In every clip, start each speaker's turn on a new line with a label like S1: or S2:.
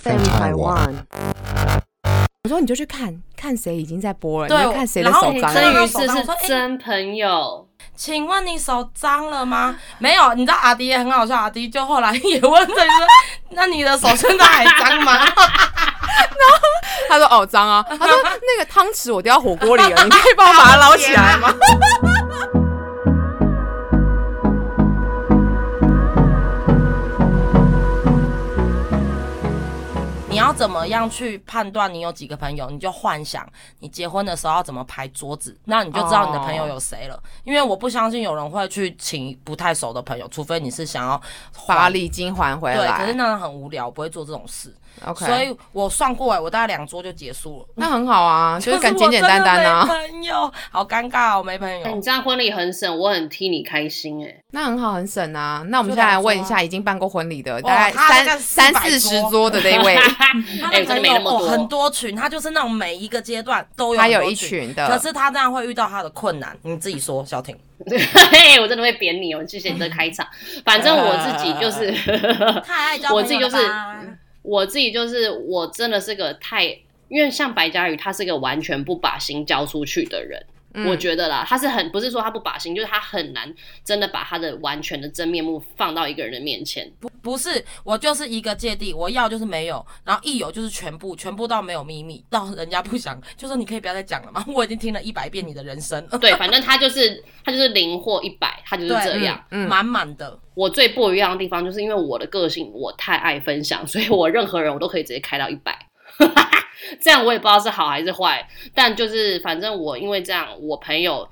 S1: FM Taiwan。
S2: 我说你就去看看谁已经在播了，
S3: 对
S2: 你就看谁的
S3: 然后
S2: 手
S3: 你
S2: 脏
S3: 真
S2: 了。
S3: 的
S4: 真
S3: 有
S4: 与
S3: 手
S4: 事
S3: 脏我
S4: 是
S3: 说哎
S4: 真朋友，
S3: 请问你手脏了吗？没有，你知道阿迪也很好笑，阿迪就后来也问这个，那你的手现在还脏吗？
S2: 他说哦脏啊， 他说那个汤匙我掉到火锅里 了，你可以帮我把它捞起来吗？
S3: 啊你要怎么样去判断你有几个朋友？你就幻想你结婚的时候要怎么排桌子，那你就知道你的朋友有谁了。因为我不相信有人会去请不太熟的朋友，除非你是想要
S2: 把
S3: 还
S2: 它礼金还回
S3: 对，可
S2: 来。
S3: 是那样很无聊，我不会做这种事。
S2: OK，
S3: 所以我算过来，我大概两桌就结束了。
S2: 那很好啊，就是敢
S3: 可
S2: 简
S3: 我
S2: 简
S3: 真
S2: 单
S3: 的
S2: 单啊，
S3: 没朋友好尴尬哦，没朋
S4: 哎、你
S3: 友。
S4: 这样婚礼很省，我很替你开心哎、
S2: 那很好，很省啊。那我们现在来问一下已经办过婚礼的，大概
S3: 他大概
S2: 三三四
S3: 400
S2: 十
S3: 桌
S2: 桌的那 位，
S3: 他的
S4: 哎我真
S3: 朋
S4: 的没
S3: 友
S4: 那么
S3: 哦
S4: 多
S3: 很多群，他就是那种每一个阶段都有
S2: 他
S3: 很多
S2: 有一群的
S3: 可是他这样会遇到他的困难，你自己说，小婷。
S4: 嘿，我真的会扁你哦！谢谢你的开场。反正我自己就是，
S3: 太爱交
S4: 我
S3: 朋
S4: 自己
S3: 友
S4: 就
S3: 了
S4: 是
S3: 吧
S4: 我自己就是，我真的是个太，因为像白嘉宇，他是个完全不把心交出去的人。
S2: 嗯
S4: 我觉得啦，他是很不是说他不把心，就是他很难真的把他的完全的真面目放到一个人的面前。
S3: 不不是，我就是一个芥蒂，我要就是没有，然后一有就是全部，全部到没有秘密，到人家不想，就说你可以不要再讲了嘛， 我已经听了一百遍你的人 生，
S4: 对，反正他就是他就是零或一百，他就是这样。
S2: 嗯
S3: 满满的，
S4: 我最不一样的地方，就是因为我的个性我太爱分享，所以我任何人我都可以直接开到一百。 这样我也不知道是好还是坏，但就是反正我因为这样，我朋友。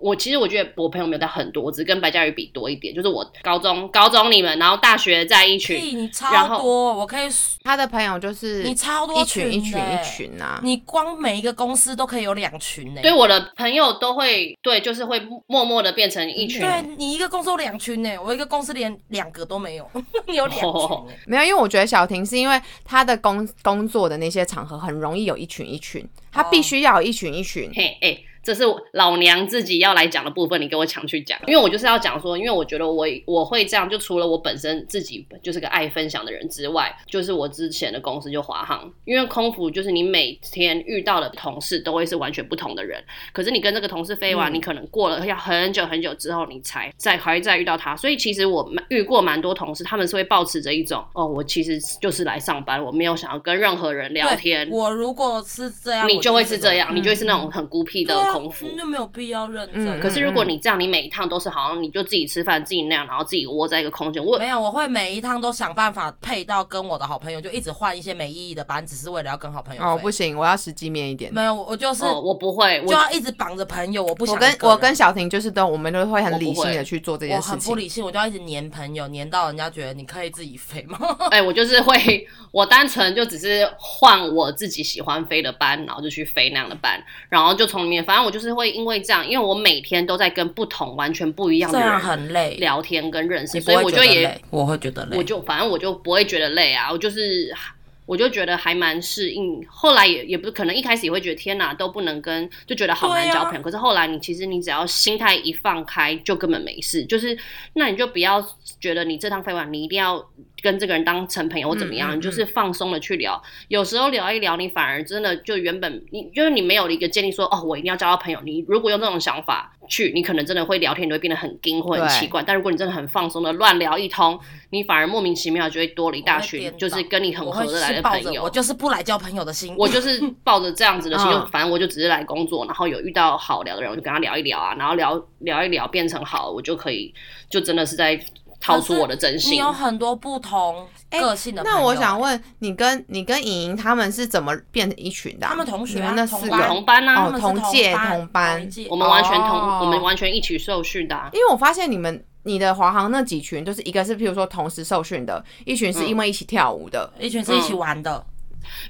S4: 我其实我觉得我朋友没有到很多，我只跟白嘉宇比多一点。就是我高中高中你们，然后大学在一群，
S3: 屁哎你
S4: 然
S3: 超
S4: 后
S3: 多，我可以，
S2: 他的朋友就是
S3: 你超多
S2: 一群一群
S3: 的欸
S2: 一，群啊，
S3: 你光每一个公司都可以有两群呢、
S4: 对我的朋友都会对，就是会默默的变成一群。
S3: 对你一个公司有两群呢、我一个公司连两个都没有， 你有两
S4: 哦
S3: 群、欸，
S2: 没有，因为我觉得小婷是因为她的工工作的那些场合很容易有一群一群，她必须要有一群一群。
S4: 嘿，哎、这是我老娘自己要来讲的部分，你给我抢去讲，因为我就是要讲说，因为我觉得我我会这样，就除了我本身自己就是个爱分享的人之外，就是我之前的公司就华航，因为空服就是你每天遇到的同事都会是完全不同的人，可是你跟这个同事飞完，你可能过了要很久很久之后，你才再还会再遇到他。所以其实我蛮遇过蛮多同事，他们是会抱持着一种哦，我其实就是来上班，我没有想要跟任何人聊
S3: 对
S4: 天。
S3: 我如果是这样，
S4: 你
S3: 我
S4: 就会
S3: 是
S4: 是这样，
S3: 种
S4: 你就会是那种很孤僻的
S3: 对啊
S4: 空腹。
S3: 就没有必要认
S2: 嗯
S3: 真。
S2: 可
S4: 可是如果你这样，你每一趟都是好像你就自己吃饭、自己那样，然后自己窝在一个空间，我
S3: 没有，我会每一趟都想办法配到跟我的好朋友，就一直换一些没意义的班，只是为了要跟好朋友。
S2: 哦，不，行，我要实际面一点。
S3: 没有，我我就是、
S4: 哦，我不会，
S3: 就
S4: 我
S3: 要一直绑着朋友，我不想
S2: 我跟
S3: 一个人
S2: 我跟小婷就是都，我们都会很理性
S4: 我不
S2: 的
S4: 会
S2: 去做这
S3: 我
S2: 件事
S3: 很不
S2: 情。
S3: 理性，我就要一直黏朋友，黏到人家觉得你可以自己飞吗？
S4: 哎、我就是会，我单纯就只是换我自己喜欢飞的班，然后就去飞那样的班，然后就从里面，反正我就是会因为这样，因为我每天都在跟不同、完全不一样
S3: 这
S4: 的
S3: 样
S4: 人
S3: 很累，
S4: 聊天跟认识，
S3: 你不
S4: 所以
S3: 会
S4: 我
S3: 觉
S4: 就
S3: 得
S4: 也
S3: 累，我会觉得累。
S4: 我就反正我就不会觉得累啊，我就是我就觉得还蛮适应。后来也也不可能一开始也会觉得天哪都不能跟，就觉得好难
S3: 对啊
S4: 交朋友。可是后来你其实你只要心态一放开，就根本没事。就是那你就不要觉得你这趟飞完你一定要跟这个人当成朋友或怎么样，
S2: 嗯嗯
S4: 你就是放松的去聊。有时候聊一聊，你反而真的就原本你就是你没有一个建立说哦，我一定要交到朋友。你如果用这种想法去，你可能真的会聊天，你会变得很硬或很
S2: 对
S4: 奇怪。但如果你真的很放松的乱聊一通，你反而莫名其妙就会多了一大
S3: 我会
S4: 群，
S3: 颠
S4: 就
S3: 倒
S4: 是跟你很
S3: 我
S4: 合
S3: 会
S4: 得来的
S3: 是抱
S4: 朋
S3: 着
S4: 友。
S3: 我就是不来交朋友的心，
S4: 我就是抱着这样子的心，
S2: 嗯
S4: 就反正我就只是来工作，然后有遇到好聊的人，我就跟他聊一聊啊，然后聊聊一聊变成好，我就可以就真的是在掏出我的真
S3: 你
S4: 心。
S3: 有很多不同个性的朋友、啊
S2: 那我想问你跟你跟莹莹他们是怎么变成一群的啊？
S3: 他们同学啊
S2: 你们那四个
S3: 同班
S4: 同班啊，
S3: 他们是
S2: 同届
S3: 班
S2: 同班
S3: 同一届
S4: 我们完全同，
S2: 哦
S4: 我们完全一起受训的、啊。
S2: 因为我发现你们你的华航那几群，就是一个是譬如说同时受训的，一群
S3: 嗯
S2: 是因为一起跳舞的，
S3: 一群是
S4: 嗯
S3: 一起玩的，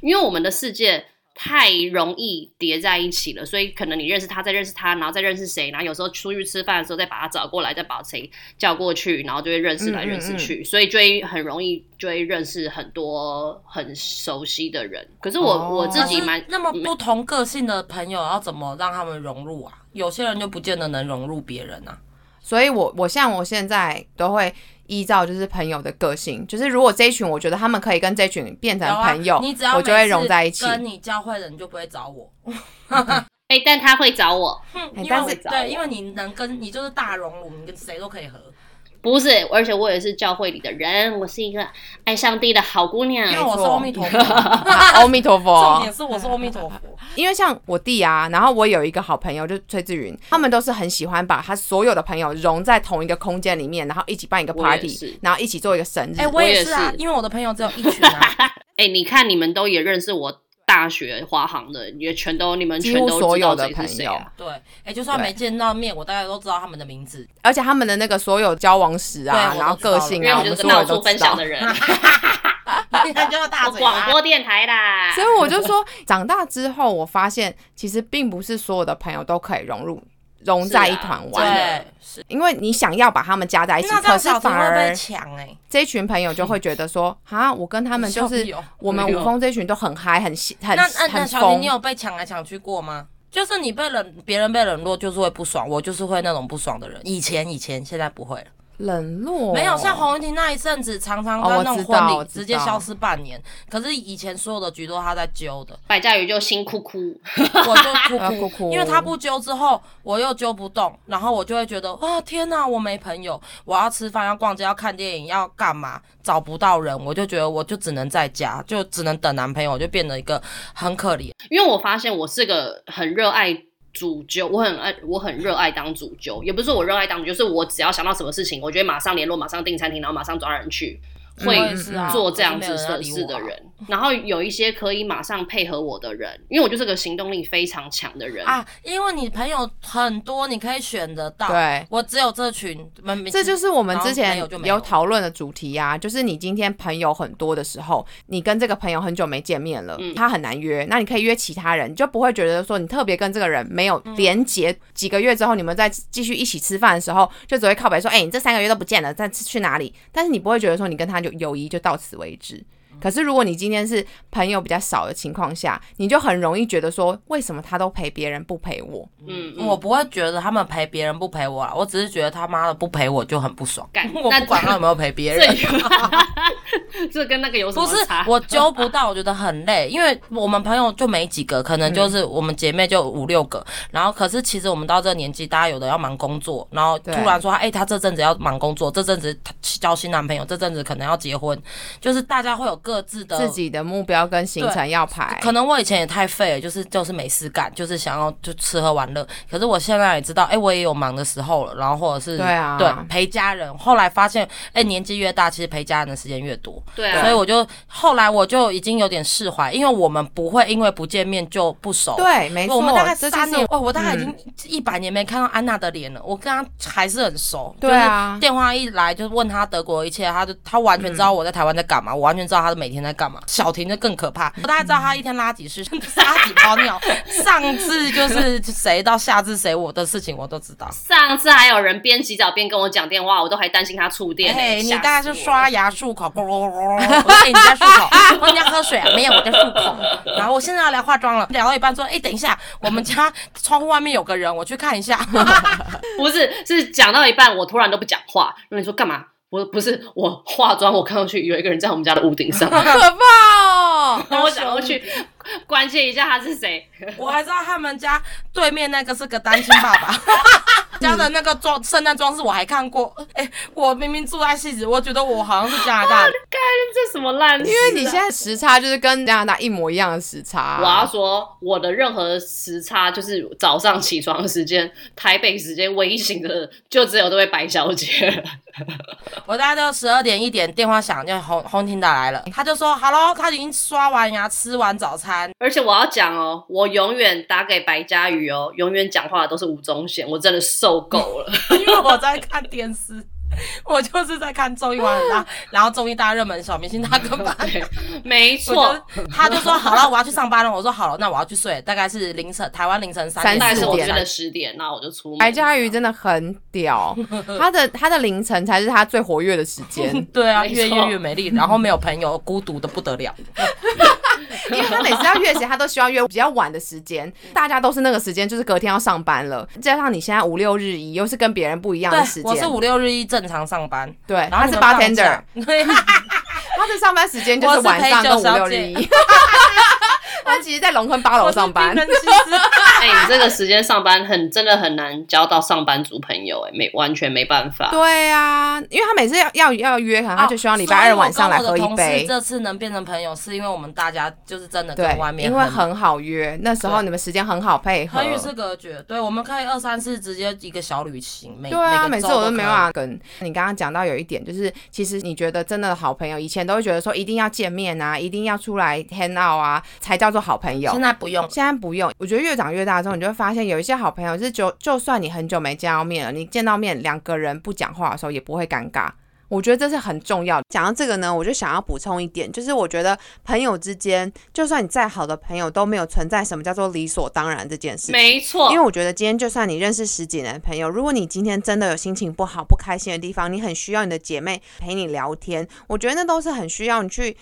S4: 因为我们的世界太容易叠在一起了，所以可能你认识他，再认识他，然后再认识谁，然后有时候出去吃饭的时候再把他找过来，再把谁叫过去，然后就会认识来
S2: 嗯嗯
S4: 认识去，所以就会很容易就会认识很多很熟悉的人。可是我、
S2: 哦
S4: 我自己蛮
S3: 那么不同个性的朋友要怎么让他们融入啊？有些人就不见得能融入别人啊。
S2: 所以我我像我现在都会依照就是朋友的个性，就是如果这一群我觉得他们可以跟这群变成
S3: 有啊
S2: 朋友，
S3: 你只要
S2: 我就会
S3: 每次
S2: 融在一起。
S3: 跟你教会人，你就不会找我。
S4: 哎、但他会找我，
S2: 哎
S3: 因为
S2: 但
S3: 我
S2: 是
S4: 嗯找我
S3: 对，因为你能跟你就是大熔炉，你跟谁都可以合。
S4: 不是，而且我也是教会里的人，我是一个爱上帝的好姑
S3: 因为
S4: 娘。
S3: 我是
S2: 错
S3: 阿弥 陀佛，
S2: 阿弥陀 佛，
S3: 重点是我是阿弥 陀佛。
S2: 因为像我弟啊，然后我有一个好朋友，就是崔志云，他们都是很喜欢把他所有的朋友融在同一个空间里面，然后一起办一个
S4: 我也
S2: party，
S4: 是
S2: 然后一起做一个生日。
S3: 哎、
S4: 我
S3: 也
S4: 也
S3: 是啊
S4: 是，
S3: 因为我的朋友只有一群啊，
S4: 哎、你看你们都也认识我大学华航的，也全都你们
S2: 几
S4: 全
S2: 乎
S4: 都
S2: 所
S4: 知道
S2: 有的
S4: 谁是谁
S2: 朋友
S4: 啊。
S3: 对，哎、就算
S2: 对
S3: 没见到面，我大概都知道他们的名字。
S2: 而且他们的那个所有交往史啊，
S3: 对
S2: 然后个
S4: 因
S2: 性
S4: 为
S2: 啊，
S4: 我
S2: 我
S4: 就
S2: 们
S4: 是
S2: 所有
S4: 到
S2: 人都
S4: 处分
S2: 知
S4: 享
S2: 道
S4: 的。人，
S2: 啊
S3: 你看就要大
S4: 我
S3: 嘴巴
S2: 哦
S4: 广。播电台啦
S2: 所。以我就说， 长大之后我发现，其实并不是所有的朋友都可以融入融在一团
S4: 是啊
S2: 玩，
S3: 对，是。因
S2: 因为你想要把他们加在一
S3: 为
S2: 起，
S3: 那这
S2: 哎可
S3: 样
S2: 是
S3: 小婷
S2: 反
S3: 会被
S2: 而
S3: 抢哎、
S2: 这一群朋友就会觉得说，啊，我跟他们就
S3: 小
S2: 是
S3: 屁哦
S2: 我们
S4: 没有
S2: 五峰这一群都很嗨，很喜很
S3: 那那那
S2: 很
S3: 小婷，
S2: 疯
S3: 你。有被抢来抢去过吗？就是你被冷，别人被冷落，就是会不爽。我就是会那种不爽的人。以前以前，现在不会了。
S2: 冷落
S3: 没有像洪文婷那一阵子，常常在
S2: 哦哦我
S3: 那种
S2: 知道
S3: 婚礼
S2: 我知
S3: 直接
S2: 道
S3: 消失半年。可是以前所有的局都他在揪的，
S4: 百家鱼就心哭哭，
S3: 我就哭
S2: 啊
S3: 哭，
S2: 哭哭
S3: 因为他不揪之后，我又揪不动，然后我就会觉得啊，天哪，我没朋友，我要吃饭，要逛街，要看电影，要干嘛，找不到人，我就觉得我就只能在家，就只能等男朋友，我就变得一个很可怜。
S4: 因为我发现我是个很热爱。主揪，我很爱，我很热爱当主揪，也不是说我热爱当主揪，就是我只要想到什么事情，我就会马上联络，马上订餐厅，然后马上抓人去，会
S3: 我也是啊
S4: 做这样子
S3: 可是没有
S4: 的
S3: 人要
S4: 事
S3: 理我
S4: 的
S3: 啊
S4: 人，然后有一些可以马上配合我的人，因为我就是个行动力非常强的人。
S3: 啊，因为你朋友很多，你可以选得到。
S2: 对
S3: 我只有这群，没没
S2: 这就是我们之
S3: 然后
S2: 前
S3: 没有就没有
S2: 有讨论的主题啊，就是你今天朋友很多的时候，你跟这个朋友很久没见面了，
S4: 嗯
S2: 他很难约，那你可以约其他人，你就不会觉得说你特别跟这个人没有
S3: 嗯
S2: 连结。几个月之后，你们再继续一起吃饭的时候，就只会靠北说，哎、你这三个月都不见了，再去哪里？但是你不会觉得说你跟他就友谊就到此为止。
S3: 嗯
S2: 可是如果你今天是朋友比较少的情况下，你就很容易觉得说，为什么他都陪别人不陪我？
S4: 嗯，嗯
S3: 我不会觉得他们陪别人不陪我啊，我只是觉得他妈的不陪我就很不爽。
S4: 干
S3: 我
S4: 那
S3: 不管他有没有陪别人，
S4: 这这跟那个有什
S3: 不
S4: 么
S3: 是
S4: 差？
S3: 我揪不到，我觉得很累，因为我们朋友就没几个，可能就是我们姐妹就五六个，然后可是其实我们到这个年纪，大家有的要忙工作，然后突
S2: 对
S3: 然说，哎、她这阵子要忙工作，这阵子她交新男朋友，这阵子可能要结婚，就是大家会有各自的
S2: 自。己的目标跟行程要排，
S3: 嗯可能我以前也太废了，就是就是没事干，就是想要就吃喝玩乐。可是我现在也知道，哎、我也有忙的时候了，然后或者是
S2: 对啊
S3: 对陪家人。后来发现，哎、年纪越大，其实陪家人的时间越多。
S4: 对啊，
S3: 所以我就后来我就已经有点释怀，因为我们不会因为不见面就不熟。。
S2: 对，没错，
S3: 我们大概
S2: 这就
S3: 三
S2: 是嗯
S3: 年，哇！我大概已经一百年没看到安娜的脸了，我跟她还是很熟。
S2: 对啊
S3: 就是电话一来就问她德国一切，她就她完全知道我在台湾在干
S2: 嗯
S3: 嘛，我完全知道她每天在干嘛。小婷就更可怕，我大概知道她一天拉几次拉几泡尿，上至就是谁到下至谁，我的事情我都知道。
S4: 上次还有人边洗澡边跟我讲电话，我都还担心他触电、
S3: 哎、
S4: 欸。
S3: 你
S4: 吓
S3: 大概
S4: 死
S3: 就
S4: 我
S3: 刷牙漱口，咕噜咕噜咕噜咕噜我说哎、你在漱口，我说你在喝水啊？没有，我在漱口。然后我现在要来化妆了，聊到一半说，哎、等一下，我们家窗户外面有个人，我去看一下。
S4: 不是，是讲到一半，我突然都不讲话。然后你说干嘛？我不是我化妆，我看上去有一个人在我们家的屋顶 上，
S2: 好可怕哦！
S4: 然后我想要去关切一下他是谁。
S3: 我还知道他们家对面那个是个单亲爸爸。 家的那个装圣诞装饰我还看过，哎、我明明住在西子，我觉得我好像是加拿大人。
S4: 这什么烂事啊？
S2: 因为你现在时差就是跟加拿大一模一样的时差、
S4: 我要说，我的任何时差就是早上起床的时间，台北时间唯一醒的就只有这位白小姐。
S3: 我大概到十二点一点电话响，就红红婷打来了，他就说，Hello，他已经刷完牙，吃完早餐，
S4: 而且我要讲哦，我永远打给白嘉宇哦，永远讲话的都是吴宗宪，我真的受够了。
S3: 因为我在看电视， 我就是在看综艺玩很大，然后综艺大热门小明星大跟 班。
S4: 对，没
S3: 我
S4: 错
S3: 就。他就说好了，我要去上班了。我说好了，那我要去睡了，大概是凌晨台湾凌晨三
S2: 三
S4: 大概
S3: 点
S4: 是
S3: 四
S4: 我
S2: 点啊
S4: 觉得十点，那我就出门。
S2: 白嘉瑜真的很 屌，他的他的凌晨才是他最 活跃的时间。
S3: 对啊，
S4: 没错
S3: 越夜越美丽，然后没有朋友，孤独的不得了。
S2: 因为他每次要约谁，他都希望约比较晚的时间，大家都是那个时间，就是隔天要上班了，加上你现在五六日一，又是跟别人不一样的时
S3: 对，
S2: 间，
S3: 我是五六日一正常上班，
S2: 对，
S3: 然后
S2: 他
S3: 你
S2: 是
S3: 们放
S2: bartender，
S3: 假 对，
S2: 他的上班时间就
S3: 我是
S2: 晚上跟
S3: 陪酒
S2: 五
S3: 小
S2: 六日
S3: 姐
S2: 一，他其实，在龙坑八楼上班
S3: 我是。冰人西 施
S4: 哎、你这个时间上班很真的很难交到上班族朋友、哎，没完全没办法。
S2: 对啊，因为他每次要要要约，可能他就希望礼拜二晚上来喝
S3: 哦所以我
S2: 一
S3: 跟我的同
S2: 杯
S3: 事。这次能变成朋友，是因为我们大家就是真的
S2: 对
S3: 跟外，面
S2: 因为
S3: 很
S2: 很好约，那时候
S3: 对
S2: 你们时间很好配合
S3: 很。与世隔绝。对，我们可以二三四直接一个小旅行，每
S2: 对啊，
S3: 每
S2: 每
S3: 个
S2: 次
S3: 周
S2: 我都
S3: 都
S2: 没
S3: 可以
S2: 办法跟你刚刚讲到有一点，就是其实你觉得真的好朋友，以前都会觉得说一定要见面啊，一定要出来 hang out 啊，才叫做好朋友
S3: 现。在不用，
S2: 现在不用，我觉得越长越大之后，你就会发现有一些好朋友是就就算你很久没见到面了，你见到面两个人不讲话的时候也不会尴尬。我觉得这是很重要。讲到这个呢，我就想要补充一点，就是我觉得朋友之间，就算你再好的朋友，都没有存在什么叫做理所当然这件事情。
S4: 没错，
S2: 因为我觉得今天就算你认识十几年的朋友，如果你今天真的有心情不好、不开心的地方，你很需要你的姐妹陪你聊天，我觉得那都是很需要你去。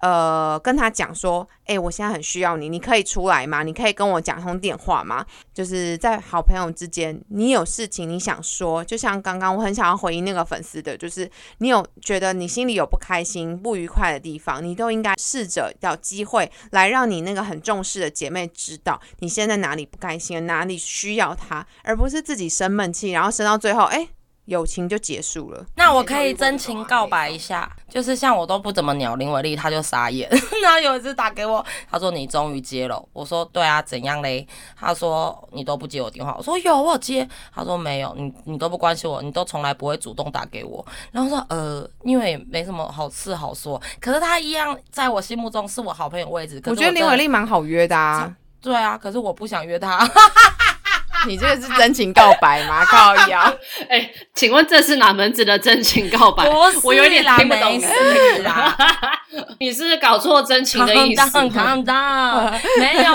S2: 呃，跟她讲说，哎、我现在很需要你，你可以出来吗？你可以跟我讲通电话吗？就是在好朋友之间，你有事情你想说，就像刚刚我很想要回应那个粉丝的，就是你有觉得你心里有不开心、不愉快的地方，你都应该试着找机会来让你那个很重视的姐妹知道你现在哪里不开心，哪里需要她，而不是自己生闷气，然后生到最后，哎，友情就结束了。
S3: 那我可以真情告白一下，就是像我都不怎么鸟林伟丽，他就傻眼。 然后有一次打给我，他说你终于接了，我说对啊，怎样嘞？他说你都不接我电话，我说有我有接，他说没有，你你都不关心我，你都从来不会主动打给我。然后说呃，因为没什么好事好说，可是他一样在我心目中是我好朋友位置。可是
S2: 我觉得
S3: 真
S2: 林
S3: 的
S2: 伟丽蛮好约的啊，
S3: 对啊，可是我不想约他。
S2: 你这个是真情告白吗？靠腰，
S4: 哎、请问这是哪门子的真情告白？
S3: 不是啦
S4: 我有点听不 懂欸
S3: 没。事啦
S4: 你是不是搞错真情的 意
S3: Calm
S4: 思？
S3: down，calm down，没 有。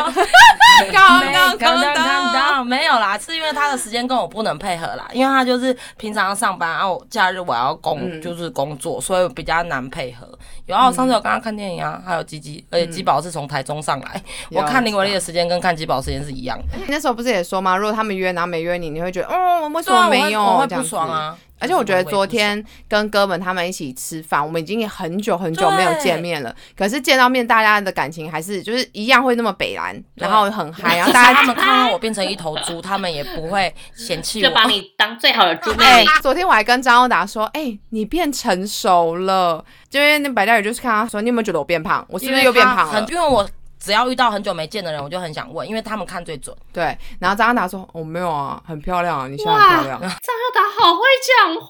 S2: 靠
S3: 没
S2: 腰，
S3: calm
S2: 靠
S3: down,
S2: 腰
S3: calm。down，没有啦，是因为他的时间跟我不能配合啦，因为他就是平常上班，然、后假日我要工、就是工作，所以比较难配合。有啊，我上次有跟他看电影啊，还有鸡鸡，而且鸡宝是从台中上来，
S2: 有
S3: 我看林伟丽的时间跟看鸡宝时间是一样的，
S2: 你那时候不是也说吗？如果他们约，然后没约你，你会觉得，哦，为什
S3: 对啊
S2: 么
S3: 我
S2: 没
S3: 会
S2: 有？
S3: 我会
S2: 这
S3: 不
S2: 样子
S3: 爽。啊。
S2: 而且我觉得
S3: 就是
S2: 昨
S3: 会不爽
S2: 天跟哥们他们一起吃饭，我们已经很久很久没有见面了。可是见到面，大家的感情还是就是一样会那么北蓝，然后很嗨，然后大
S3: 但
S2: 家
S3: 是他们看到我变成一头猪，他们也不会嫌弃
S4: 就
S3: 我。
S4: 把你当最好的猪妹啊
S2: 哎、。昨天我还跟张欧达说，哎、你变成熟了，就因为那白嘉宇就是看他说，你有没有觉得我变胖？我是不是又变胖
S3: 很
S2: 了？
S3: 因为我只要遇到很久没见的人，我就很想问，因为他们看最准。
S2: 对，然后张欧达说，我、没有啊，很漂亮啊，你现在很漂亮。
S4: 张耀达好会讲话，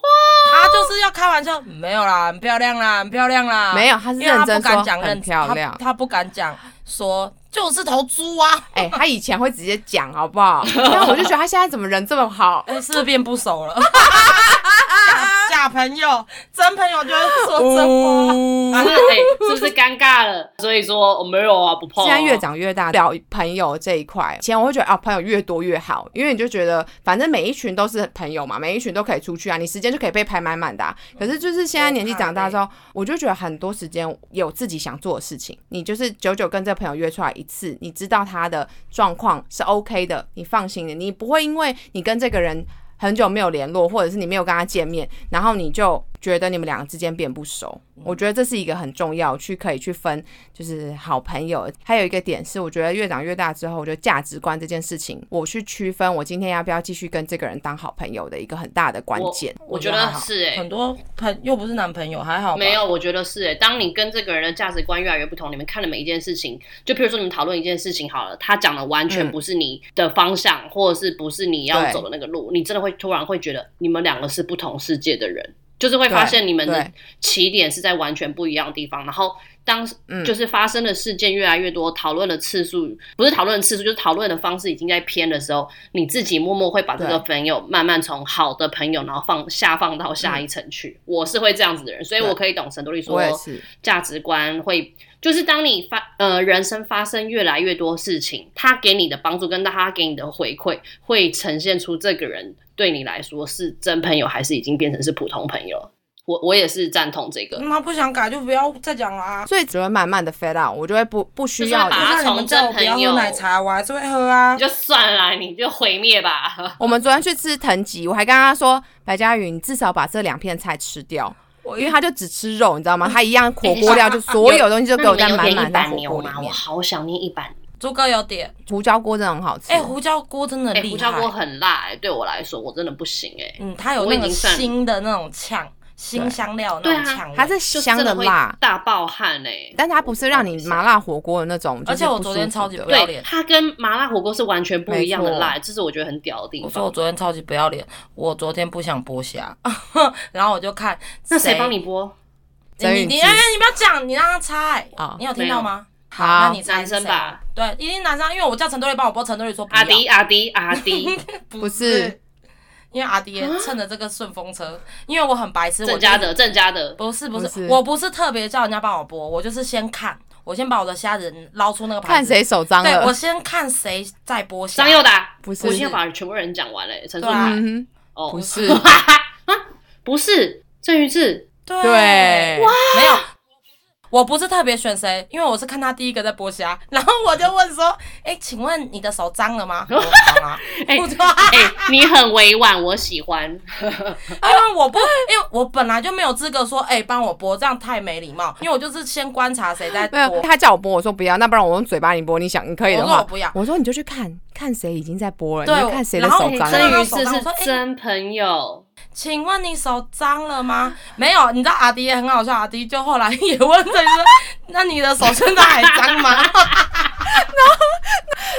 S3: 他就是要开玩笑，没有啦，很漂亮啦，很漂亮啦，
S2: 没有他是
S3: 因为他
S2: 认真
S3: 不敢
S2: 说
S3: 讲认
S2: 很漂亮
S3: 他，他不敢讲说就是头猪啊，
S2: 哎、他以前会直接讲好不
S3: ？
S2: 好？但我就觉得他现在怎么人这么好
S3: 哎、是不是变不熟了？假 假朋友，真朋友就会说真话。
S4: 是不是哎、是不是尴尬了？所以说我没有啊，不碰、啊。
S2: 现在越长越大，聊朋友这一块，以前我会觉得啊，朋友越多越好，因为你就觉得反正每一群都是朋友嘛，每一群都可以出去啊，你时间就可以被排满满的啊、可是就是现在年纪长大之后，我就觉得很多时间有自己想做的事情，你就是久久跟这朋友约出来一次，你知道他的状况是 OK 的，你放心的，你不会因为你跟这个人。很久没有联络，或者是你没有跟他见面，然后你就觉得你们两个之间变不熟。我觉得这是一个很重要去可以去分就是好朋友。还有一个点是，我觉得越长越大之后，我觉得价值观这件事情，我去区分我今天要不要继续跟这个人当好朋友的一个很大的关
S4: 我
S2: 键。
S4: 我觉得是哎、
S3: 很多朋又不是男朋友，还好吧
S4: 没有，我觉得是诶、当你跟这个人的价值观越来越不同，你们看的每一件事情，就譬如说你们讨论一件事情好了，他讲的完全
S2: 嗯
S4: 不是你的方向，或者是不是你要
S2: 对
S4: 走的那个路，你真的会突然会觉得你们两个是不同世界的人，就是会发现你们的
S2: 对
S4: 起点是在完全不一样的地方，然后。当
S2: 嗯
S4: 就是发生的事件越来越多，讨论的次数不是讨论的次数，就是讨论的方式已经在偏的时候，你自己默默会把这个朋友慢慢从好的朋友，然后放下放到下一层去。我是会这样子的人，所
S2: 嗯
S4: 以
S2: 对
S4: 我可以懂陈多丽说
S2: 我也是，
S4: 价值观会，就是当你发呃人生发生越来越多事情，他给你的帮助跟他给你的回馈，会呈现出这个人对你来说是真朋友还是已经变成是普通朋友。我我也是赞同这个。
S3: 嗯他不想改就不要再讲啦。
S2: 所以只会慢慢的 fade out，我就会不不需
S4: 就是
S2: 要
S4: 会把
S3: 就
S4: 它
S3: 像你们叫我不要
S4: 从政
S3: 喝
S4: 朋友
S3: 奶茶，我还是会喝啊
S4: 你。就算啦，你就毁灭吧。
S2: 我们昨天去吃藤吉，我还跟他说：“白嘉宇，你至少把这两片菜吃掉，
S3: 我
S2: 因为他就只吃肉，你知道吗？他一样火锅料就所有 东西就给我在
S4: 那你们
S2: 满
S4: 有点
S2: 满
S4: 一
S2: 的
S4: 板
S2: 火
S4: 牛啊
S2: 锅里
S4: 吗？我
S2: 面。
S4: 好想念一板。
S3: 猪哥有点，
S2: 胡椒锅真的很好吃，
S3: 哎，胡椒锅真的
S4: 哎、
S3: 厉害，
S4: 胡椒锅很辣、哎，对我来说我真的不行哎、
S3: 嗯，它有那
S4: 我已
S3: 个
S4: 经算
S3: 新的那种呛，新香料的
S4: 对
S3: 那
S4: 啊
S3: 种呛味。
S2: 它是
S4: 就是
S2: 香
S4: 真的会
S2: 辣，
S4: 大爆汗哎、
S2: 但它不是让你麻辣火锅的那种，
S3: 而且
S2: 就是
S3: 我
S2: 不
S3: 昨
S2: 舒
S3: 天
S2: 服
S3: 超级
S2: 的
S3: 不要
S4: 对
S3: 脸，
S4: 它跟麻辣火锅是完全不一样的
S2: 没
S4: 辣，这是我觉得很屌的地
S3: 我说我
S4: 方。
S3: 昨天超级不要脸，我昨天不想剥虾，然后我就看
S4: 那谁帮你剥？
S3: 你你
S2: 郑云
S3: 你
S2: 志
S3: 哎，你不要讲，你让他猜
S2: 好，
S4: 哦
S3: 你有听到吗？
S2: 没有
S3: 那
S2: 好
S3: 你猜是
S4: 男生吧
S3: 谁？对，一定男生，因为我叫陈队帮我剥，陈队说不
S4: 阿
S3: 要，
S4: 迪阿迪阿迪，
S2: 不是，
S3: 因为阿迪也趁着这个顺风车，因为我很白痴，我
S4: 啊郑
S3: 就
S4: 家
S3: 是
S4: 德郑家德，
S3: 不是不
S2: 不是
S3: 是，我不是特别叫人家帮我剥，我就是先看，我先把我的虾仁捞出那个盘
S2: 看
S3: 子，
S2: 谁手脏
S3: 对
S2: 了
S3: 我。先看谁在剥虾
S4: 张。佑达
S2: 不是
S4: 我已经要把全部人讲完了、欸陈树
S3: 对啊
S4: 凯
S2: 嗯
S4: 哦，
S2: 不是
S4: 啊，不是郑宇智，
S3: 对
S2: 哼，对，
S3: 没有，我不是特别选谁，因为我是看他第一个在剥虾， 然后我就问说，哎、请问你的手脏了 吗？我说脏啊，
S4: 哎
S3: 我说
S4: 哎、你很委婉，我喜欢。
S3: 因为我不，因为我本来就没有资格说，哎、帮我剥，这样太没礼貌，因为我就是先观察谁在
S2: 没有，
S3: 剥。
S2: 他叫我播，我说不要，那不然我用嘴巴你播，你想你可以的
S3: 我说
S2: 话，
S3: 我不要
S2: 我说你就去看看谁已经在播了，
S3: 对
S2: 你就看谁的
S3: 然后
S2: 手
S3: 你
S2: 脏啊
S3: 真的
S2: 了。
S3: 有
S4: 郑宇智
S3: 我
S4: 是
S3: 说哎
S4: 真朋友，
S3: 请问你手脏了吗？ 没有，你知道阿迪也很好笑，阿迪就后来也问这个，那你的手现在还脏吗？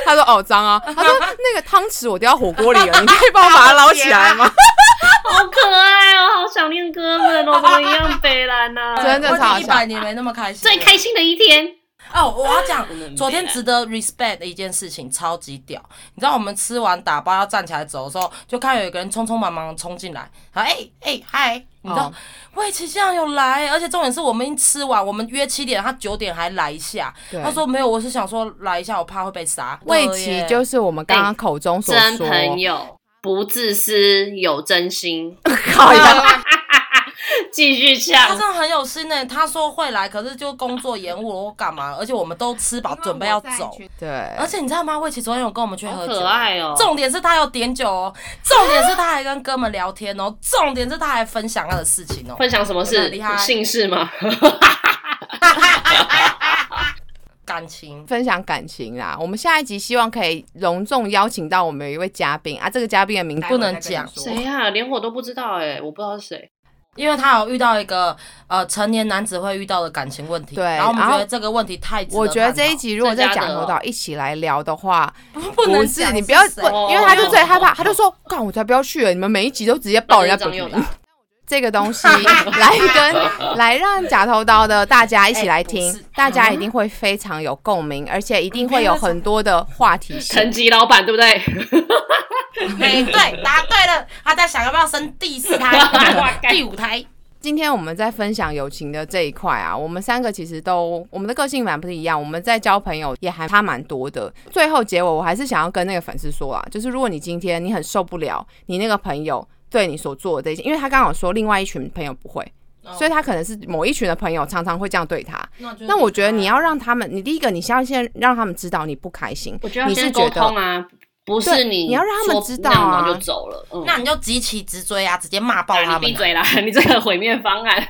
S2: 他说哦脏 啊，他说那个汤匙我掉到火锅里了，你可以帮我把它捞起来吗？
S4: 好可爱哦，好想念哥们哦，怎么一样北蓝呐、
S2: 真的超好笑
S3: 一百年没那么开心了，
S4: 最开心的一天，
S3: 哦，我要讲
S4: 真的很
S3: 昨天
S4: 美啊
S3: 值得 respect 的一件事情，超级屌。你知道我们吃完打包要站起来走的时候，就看有一个人匆匆忙忙地冲进来，他说哎哎嗨， 你知道
S2: 哦
S3: 魏琪竟然有来，而且重点是我们已经吃完，我们约七点，他九点还来一下。
S2: 对
S3: 他说没有，我是想说来一下，我怕会被杀。
S2: 魏
S3: 对
S2: 琪
S3: 耶
S2: 就是我们刚刚口中所
S4: 真
S2: 说，
S4: 朋友，不自私，有真心，
S2: 靠
S3: 对
S2: 呀
S3: 啊
S4: 继续
S3: 他
S4: 唱
S3: 真。的很有心呢、欸他说会来，可是就工作延误了，我干嘛？而且我们都吃饱，准备要走。
S2: 对，
S3: 而且你知道吗？魏琪昨天有跟我们去
S4: 好
S3: 喝酒，啊
S4: 可爱哦！
S3: 重点是他有点酒哦，重点是他还跟哥们聊天哦，重点是他还分享他的事情哦。
S4: 分享什么
S3: 真的
S4: 事
S3: 很厉害？
S4: 姓 氏吗？
S3: 感情
S2: 分享感情啦。我们下一集希望可以隆重邀请到我们有一位嘉宾啊，这个嘉宾的名字
S3: 不能讲
S4: 谁
S2: 啊
S4: 呀？连我都不知道哎，我不知道是谁。
S3: 因为他有遇到一个呃成年男子会遇到的感情问题，
S2: 对
S3: 然后我们
S2: 然后
S3: 觉得这个问题太值
S2: 我觉得这一
S3: 集
S2: 集如果再
S4: 郑
S2: 讲
S4: 嘉德
S2: 得
S4: 哦
S2: 到一起来聊的话，
S3: 不能
S2: 是
S3: 讲
S2: 你不要
S3: 谁哦
S2: 问，因为他就最害怕，他就说：“干，我才不要去了！你们每一集都直接报人家
S4: 张
S2: 本
S4: 佑
S2: 名。
S4: 达，”
S2: 这个东西来跟来让假头刀的大家一起来
S3: 哎
S2: 听
S3: 不是，
S2: 大家一定会非常有共鸣，而且一定会有很多的话 题性。
S4: 陈吉老板对 不对？、
S3: 哎，对，答对了，他在想要不要生第 四胎第五胎。
S2: 今天我们在分享友情的这一块啊，我们三个其实都我们的个性蛮不一样，我们在交朋友也还差蛮多的。最后结尾，我还是想要跟那个粉丝说啊，就是如果你今天你很受不了你那个朋友对你所做的这些，因为他刚好说另外一群朋友不会，所以他可能是某一群的朋友常常会这样对他。那我觉得你要让他们，你第一个你先先让他们知道你不开心，
S4: 我觉得要
S2: 你
S4: 先
S2: 是
S4: 沟
S2: 觉
S4: 通
S2: 得
S4: 啊，不
S2: 对
S4: 是你
S2: 你要让他们
S4: 说
S2: 知道
S4: 那样然
S2: 啊
S4: 后就走了。嗯
S3: 那你就急起直追啊，直接骂爆
S4: 啊
S3: 他们
S4: 你闭。嘴啦！你这个毁灭方案。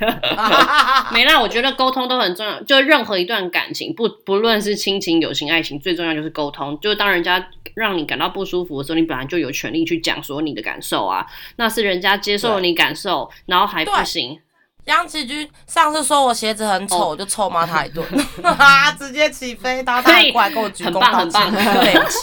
S4: 没啦，我觉得沟通都很重要。就任何一段感情，不不论是亲情、友情、爱情，最重要就是沟通。就是当人家让你感到不舒服的时候，你本来就有权利去讲说你的感受啊。那是人家接受了你感受，然后还不
S3: 对
S4: 行，
S3: 杨启军上次说我鞋子很丑，
S4: 哦
S3: 我就臭骂他一 顿， 哈，直接起飞，然后他还过来跟我鞠
S4: 很
S3: 躬道
S4: 棒
S3: 歉，
S4: 很棒
S3: 对不起。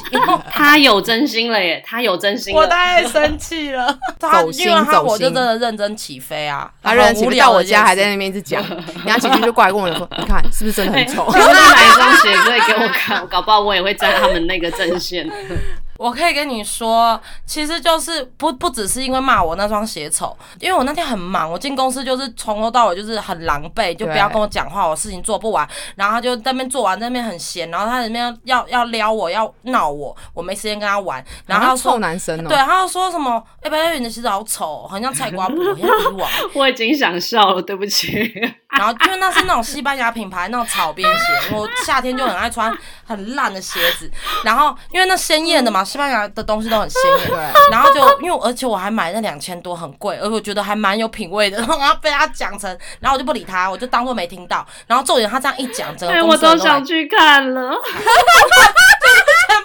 S4: 他有真心了耶，他有真 心
S3: 我
S4: 了。
S3: 太生气了，他
S2: 走
S3: 因
S2: 心
S3: 为他
S2: 走
S3: 我就
S2: 心
S3: 真的认真起飞啊，
S2: 他
S3: 然后
S2: 认识
S3: 无
S2: 不
S3: 聊
S2: 到
S3: 的
S2: 我
S3: 一件
S2: 家还在
S3: 事
S2: 那边一直讲，然后姐姐就过来跟我说：“你看是不是真的
S4: 哎
S2: 很丑？”
S4: 你会不会买一双鞋柜给我看？搞不好我也会站他们那个阵线。
S3: 我可以跟你说，其实就是不不只是因为骂我那双鞋丑，因为我那天很忙，我进公司就是从头到尾就是很狼狈，就不要跟我讲话，我事情做不完，然后他就在那边做完，在那边很闲，然后他在那边要要撩我，要闹我，我没时间跟他玩，然后他
S2: 好像
S3: 说
S2: 啊臭男生哦、
S3: 对，啊他又说什么？哎、白月你的鞋子好丑哦，很像菜瓜布，很像渔 网。
S4: 我已经想笑了，对不起。
S3: 然后因为那是那种西班牙品牌那种草编鞋，我夏天就很爱穿很烂的鞋子。然后因为那鲜艳的嘛，西班牙的东西都很鲜艳。
S2: 对，
S3: 然后就因为我而且我还买那两千多很贵，而且我觉得还蛮有品味的。然后被他讲成，然后我就不理他，我就当做没听到。然后重点他这样一讲，整
S4: 哎，
S3: 个公
S4: 我
S3: 司人
S4: 都
S3: 都来
S4: 想去看了。
S3: 全部人。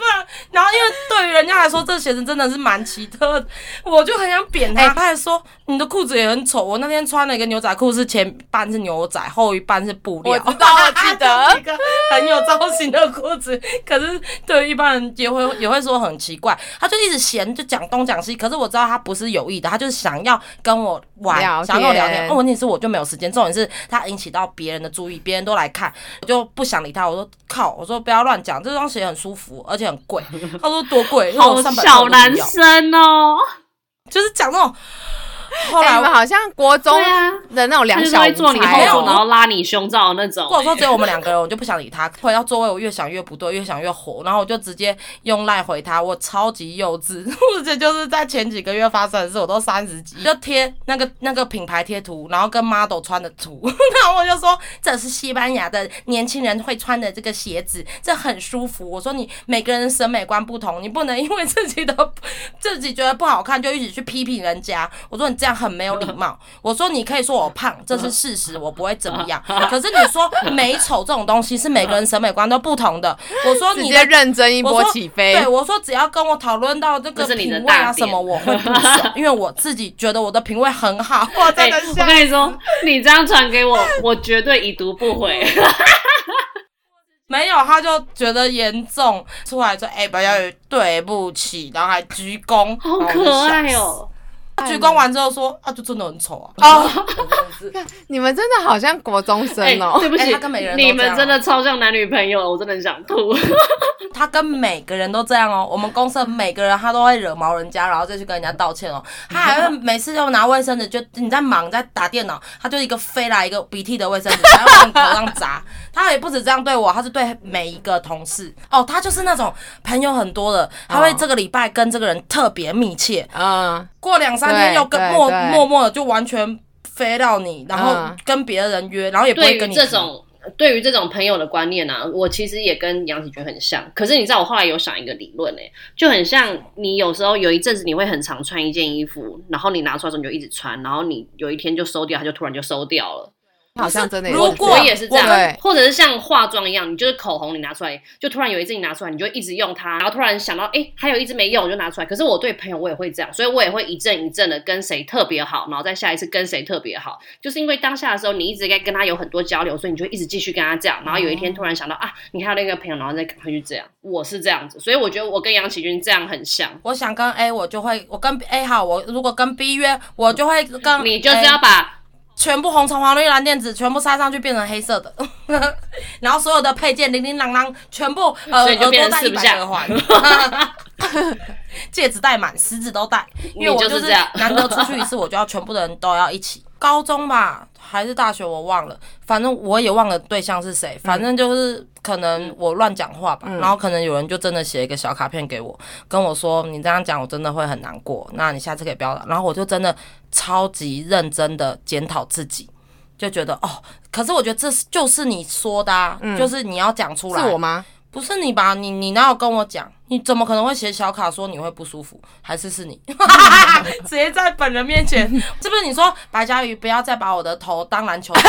S3: 然后因为对于人家来说，这鞋子真的是蛮奇特的，我就很想扁 他。
S2: 哎
S3: 他还说你的裤子也很丑。我那天穿了一个牛仔裤，是前半是牛仔，后一半是布料。
S2: 我知道我记 得
S3: 就是 一个很有造型的裤子。可是对于一般人也会也会说很奇怪，他就一直嫌，就讲东讲西。可是我知道他不是有意的，他就是想要跟我玩，
S2: 聊
S3: 想要跟我聊
S2: 天
S3: 天。哦，问题是我就没有时间，重点是他引起到别人的注意，别人都来看，我就不想理他。我说靠，我说不要乱讲，这双鞋很舒服，而且很贵。他说多 贵？因为
S4: 好
S3: 我上百块我
S4: 小
S3: 都不
S4: 男
S3: 要
S4: 生哦，
S3: 就是讲那种。后
S2: 哎
S3: 来
S2: 你
S3: 我
S2: 们好像国中
S4: 对啊，
S2: 的那种
S4: 他
S2: 两
S4: 就是
S2: 小
S4: 会
S2: 无
S4: 坐你
S2: 猜
S3: 有
S4: 后头，
S2: 哦、
S4: 然后拉你胸罩那种
S3: 如。果说只有我们两个人，我就不想理他。 回到座位，我越想越不对，越想越火，然后我就直接用赖回他。我超级幼稚， 而且就是在前几个月发生的事，我都三十几，就贴那个那个品牌贴图，然后跟 model 穿的图， 然后我就说这是西班牙的年轻人会穿的这个鞋子，这很舒服。我说你每个人的审美观不同，你不能因为自己的自己觉得不好看就一直去批评人家。我说你这样很没有礼 貌。我说你可以说我胖，这是事实，我不会怎么 样。可是你说美丑这种东西是每个人审美观都不同的。我说
S2: 直
S3: 你
S2: 接
S3: 的。
S2: 认真一波
S3: 我说
S2: 起飞。
S3: 对，我说只要跟我讨论到这个
S4: 这是你的
S3: 品味啊
S4: 大
S3: 什
S4: 点
S3: 么，我 会不爽，因为我自己觉得我的品味很好。我真
S4: 哎、
S3: 的
S4: 我
S3: 吓
S4: 跟你说，你这样传给我，我绝对已读不回。
S3: 没有，他就觉得严重，出来说：“哎、不要对不起。”然后还鞠躬，
S4: 好
S3: 然后我就
S4: 可爱
S3: 笑死
S4: 哦、
S3: 他鞠躬完之后说：“啊，就真的很丑啊。”
S2: 哦，你们真的好像国中生
S4: 哎、
S2: 哦、
S4: 对不起，
S3: 哎他跟每个人都
S4: 你
S3: 这样
S4: 们
S3: 啊
S4: 真的超像男女朋友的，我真的很想吐。
S3: 他跟每个人都这样哦，我们公司的每个人他都会惹毛人家，然后再去跟人家道歉哦。他还会每次就拿卫生纸，就你在忙在打电脑，他就哎一个飞来一个鼻涕的卫生纸，然后往头上砸。他也不止这样对我，他是对每一个同事哦，他就是那种朋友很多的，他会这个礼拜跟这个人特别密切，
S2: 嗯，
S3: 过两三天
S2: 对
S3: 又跟
S2: 对
S3: 默
S2: 对
S3: 默默的就完全飞到你，然后
S2: 嗯
S3: 跟别人约，然后也不
S4: 对
S3: 会跟
S4: 于
S3: 你
S4: 这
S3: 提
S4: 种对于这种朋友的观念啊，我其实也跟杨子觉很像。可是你知道，我后来有想一个理论诶、就很像你有时候有一阵子你会很常穿一件衣服，然后你拿出来的时候你就一直穿，然后你有一天就收掉，它就突然就收掉了。
S2: 好像真的也
S3: 如
S2: 是
S4: 我
S3: 果
S2: 这
S4: 我
S2: 样
S4: 也是这样
S2: 对，
S4: 或者是像化妆一样，你就是口红，你拿出来，就突然有一支你拿出来，你就一直用它，然后突然想到，哎、还有一支没用，我就拿出来。可是我对朋友我也会这样，所以我也会一阵一阵的跟谁特别好，然后再下一次跟谁特别好，就是因为当下的时候你一直在跟他有很多交流，所以你就一直继续跟他这
S2: 哦
S4: 样，然后有一天突然想到、啊，你还有那个朋友，然后再赶快去这样。我是这样子，所以我觉得我跟杨启军这样很像，
S3: 我想跟 A，我就会我跟 A 好，我如果跟 B 约，我就会跟
S4: 你就是
S2: 哎
S3: A
S4: 要把
S3: 全部红橙黄绿蓝靛紫全部塞上去变成黑色的， 然后所有的配件零零郎郎全部呃
S4: 所
S3: 耳
S4: 以就
S3: 朵
S4: 变成
S3: 戴一
S4: 四不
S3: 百
S4: 像
S3: 个环， 戒指戴满，食指都戴，因为我
S4: 你就是
S3: 是
S4: 这样
S3: 难得出去一次，我就要全部的人都要一起。高中吧还是大学我忘了，反正我也忘了对象是
S4: 嗯
S3: 谁，反正就是可能我乱讲话吧，然后可能有人就真的写一个小卡片给我，跟我说你这样讲我真的会很难过，那你下次可以不要了。然后我就真的超级认真的检讨自己，就觉得哦，可是我觉得这是就是你说的、啊，就是你要讲出来。
S2: 嗯是我吗？
S3: 不是你吧？你你哪有跟我讲？你怎么可能会写小卡说你会不舒服？还是是你
S2: 嗯
S3: 直接在本人 面前？是不是你说白嘉瑜不要再把我的头当 篮球打？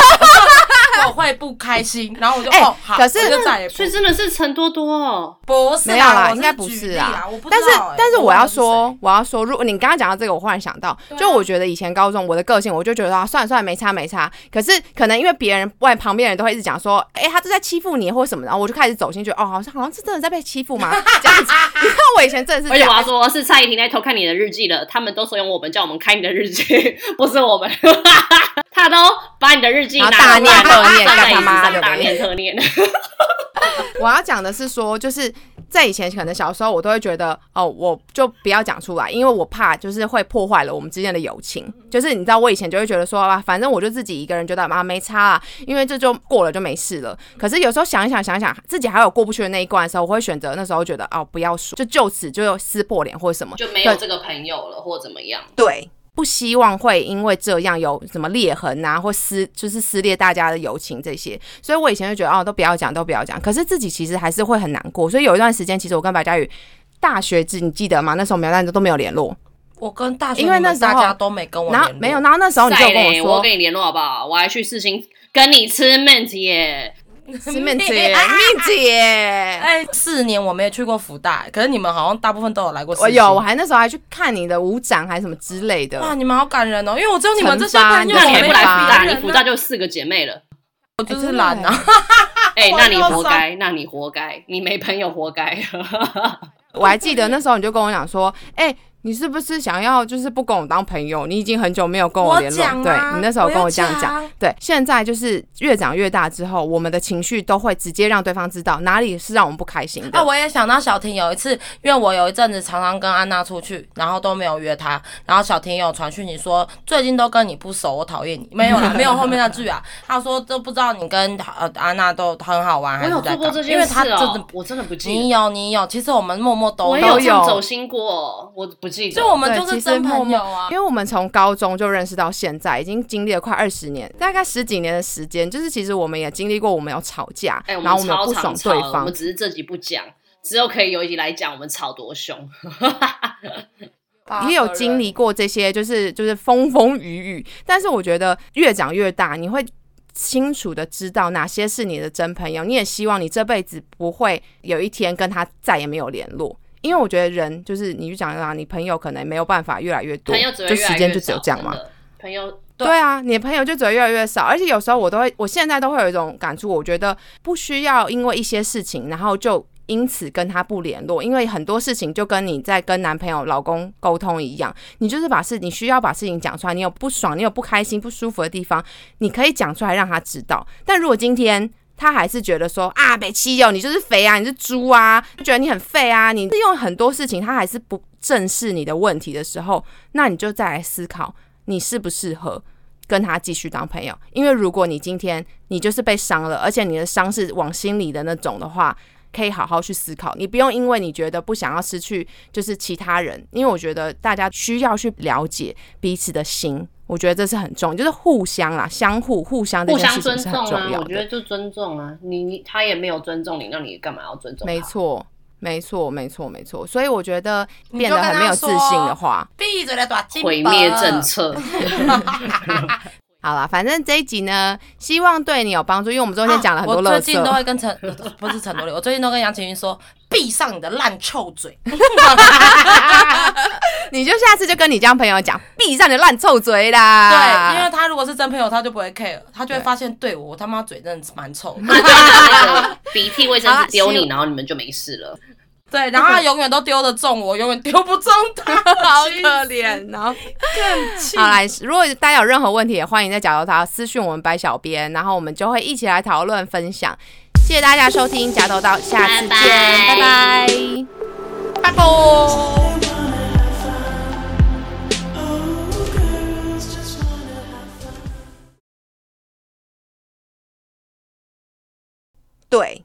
S3: 我会不开心，然后我就、
S2: 哎
S3: 哦好，
S2: 可是
S3: 我就再也不
S4: 所以真的是陈多多哦，
S3: 不是
S2: 没有啦
S3: 我，是
S2: 应该不
S3: 举
S2: 是
S3: 例
S2: 啊
S3: 啊，我不知
S2: 但是
S3: 道欸
S2: 但是我
S3: 忘
S2: 要
S3: 了是
S2: 说
S3: 谁，啊
S2: 我要说，如果你刚刚讲到这个，我忽然想到，就我觉得以前高中我的个性，我就觉得啊，算了算了，没差没差。可是可能因为别人外旁边人都会一直讲说，哎、他都在欺负你或什么的，然后我就开始走进去，哦，好像好像是真的在被欺负嘛，这样子。 你看我以前真的是
S4: 而
S2: 这
S4: 且我
S2: 样，
S4: 要说，是蔡依林在偷看你的日记了，他们都怂恿我们叫我们开你的日记， 不是我们， 他都把你的日记
S2: 然
S4: 拿
S2: 后
S4: 出
S2: 大念特念
S4: 来放在
S2: 干他妈
S4: 椅子上
S2: 的
S4: 大念特念，
S2: 我要讲的是说，就是在以前可能小时候我都会觉得哦，我就不要讲出来，因为我怕就是会破坏了我们之间的友情。就是你知道，我以前就会觉得说啊，反正我就自己一个人觉得啊没差啦，因为这就过了就没事了。可是有时候想一想想一想，自己还有过不去的那一关的时候，我会选择那时候觉得哦不要说，就就此就撕破脸或什么。
S4: 就没有这个朋友了，或怎么 样。
S2: 对，不希望会因为这样有什么裂痕啊，或撕就是撕裂大家的友情这些。所以我以前就觉得哦，都不要讲，都不要讲。可是自己其实还是会很难过。所以有一段时间，其实我跟白嘉宇大学记你记得吗？那时候我们两个都没有联络，
S3: 我跟大学
S2: 因为
S3: 你们
S2: 那时候
S3: 大家都没跟我
S2: 然后
S3: 联络
S2: 没有，然后那时候你就
S4: 在
S2: 有跟我
S4: 嘞，
S2: 说，
S4: 我跟你联络好不好？我还去四星跟你吃面耶。
S2: 是面 姐，面姐。
S3: 哎，四年我没有去过福大，可是你们好像大部分都有来过四
S2: 我
S3: 星。
S2: 哦有，我还那时候还去看你的舞展，还什么之类的。
S3: 哇，你们好感人哦，因为我只有你们这些
S2: 惩罚
S3: 朋友，
S4: 那啊你还
S3: 我没
S4: 不来
S3: 有
S4: 福大？
S3: 别
S4: 你
S3: 人
S4: 福
S3: 啊
S4: 大就四个姐妹了。
S3: 我就是懒啊。
S4: 哎、
S3: 我
S4: 那你
S3: 要
S4: 活
S3: 上
S4: 该，那你活该，你没朋友活该。
S2: 我还记得那时候你就跟我讲说，哎、你是不是想要就是不跟我当朋友？你已经很久没有跟
S3: 我
S2: 联络，
S3: 讲啊
S2: 对你那时候跟我这样
S3: 我
S2: 讲
S3: 有讲。啊
S2: 对，现在就是越长越大之后，我们的情绪都会直接让对方知道哪里是让我们不开心的。
S3: 啊，我也想到小婷有一次，因为我有一阵子常常跟安娜出去，然后都没有约她，然后小婷有传讯你说最近都跟你不熟，我讨厌你，没有啦，没有后面那句啊，她说都不知道你跟呃安娜都很好玩，还
S4: 我
S3: 是
S4: 有
S3: 在
S4: 做过
S3: 干
S4: 这
S3: 嘛，
S4: 件
S3: 因为
S4: 事
S3: 她真
S4: 哦、
S3: 的。
S4: 我真的不记
S3: 你
S4: 得。
S3: 有你有，其实我们默默都
S4: 我也
S3: 有
S4: 有这样
S2: 有
S4: 走心过，我不记得
S3: 所以。我们
S2: 对，
S3: 就
S2: 其
S3: 是
S2: 实
S3: 真
S2: 默
S3: 朋
S2: 默
S3: 友啊
S2: 因。为我们从高中就认识到现在，已经经历了快二十年，大概十几年的时间。就是其实我们也经历过，我们有吵架，
S4: 哎、我
S2: 然后我
S4: 们
S2: 们有
S4: 超
S2: 不爽
S4: 常吵
S2: 对
S4: 的，我
S2: 方
S4: 们，只是这集不讲，之后可以有一集来讲我们吵多凶。
S2: 也有经历过这些，就是就是风风雨雨。但是我觉得越长越大，你会清楚的知道哪些是你的真朋友，你也希望你这辈子不会有一天跟他再也没有联络。因为我觉得人就是你就讲啦，你朋友可能没有办法越来越多，
S4: 朋友只会
S2: 就
S4: 越来
S2: 时
S4: 越
S2: 间就只有
S4: 少
S2: 这样嘛。
S4: 真的朋友
S3: 对
S2: 对啊，你的朋友就只会越来越少，而且有时候我都会，我现在都会有一种感触，我觉得不需要因为一些事情，然后就因此跟他不联络，因为很多事情就跟你在跟男朋友、老公沟通一样，你就是把事，你需要把事情讲出来，你有不爽，你有不开心、不舒服的地方，你可以讲出来让他知道。但如果今天他还是觉得说啊，北七友你就是肥啊，你是猪啊，觉得你很废啊，你用很多事情他还是不正视你的问题的时候，那你就再来思考你适不适合跟他继续当朋友。因为如果你今天你就是被伤了，而且你的伤是往心里的那种的话。可以好好去思考，你不用因为你觉得不想要失去就是其他人，因为我觉得大家需要去了解彼此的心，我觉得这是很重要，就是互相啦，相互互相这
S4: 互
S2: 件
S4: 相
S2: 事
S4: 尊
S2: 情是
S4: 重
S2: 很重
S4: 啊，
S2: 要
S4: 我
S2: 的
S4: 觉。得就尊重啊。你你他也没有尊重你，那你干嘛要
S3: 啊
S4: 尊重他？
S2: 没错，没错，没错，没错。所以我觉得
S3: 你
S2: 变
S3: 就
S2: 得
S3: 跟
S2: 很
S3: 他
S2: 没有自信的话，
S3: 闭嘴的短金
S4: 毁灭政策，
S2: 好啦，反正这一集呢，希望对你有帮助，因为我们中间讲了很多
S3: 啊我
S2: 乐
S3: 最
S2: 色、
S3: 近都会跟陈， 不是陈多丽，我最近都跟杨晴云说，闭上你的烂臭 嘴。
S2: 你就下次就跟你这样朋友讲，闭上你的烂臭嘴啦。
S3: 对，因为他如果是真朋友，他就不会 care，他就会发现，对我他妈嘴真的是蛮臭的。
S4: 那就 拿那个鼻涕卫生
S2: 好啦
S4: 纸丢
S2: 希
S4: 你，然后你们就没事了。
S3: 对，然后他永远都丢得中我，永远丢不中 他，
S2: 好可怜哦。
S3: 气
S2: 好来，如果大家有任何问题，也欢迎在角头桃私讯我们白小编，然后我们就会一起来讨论分享。谢谢大家收听假头刀，下次见，
S4: 拜
S2: 拜
S4: 拜
S2: 拜
S3: 拜拜。
S1: Oh, girls just wanna have fun.
S2: 对。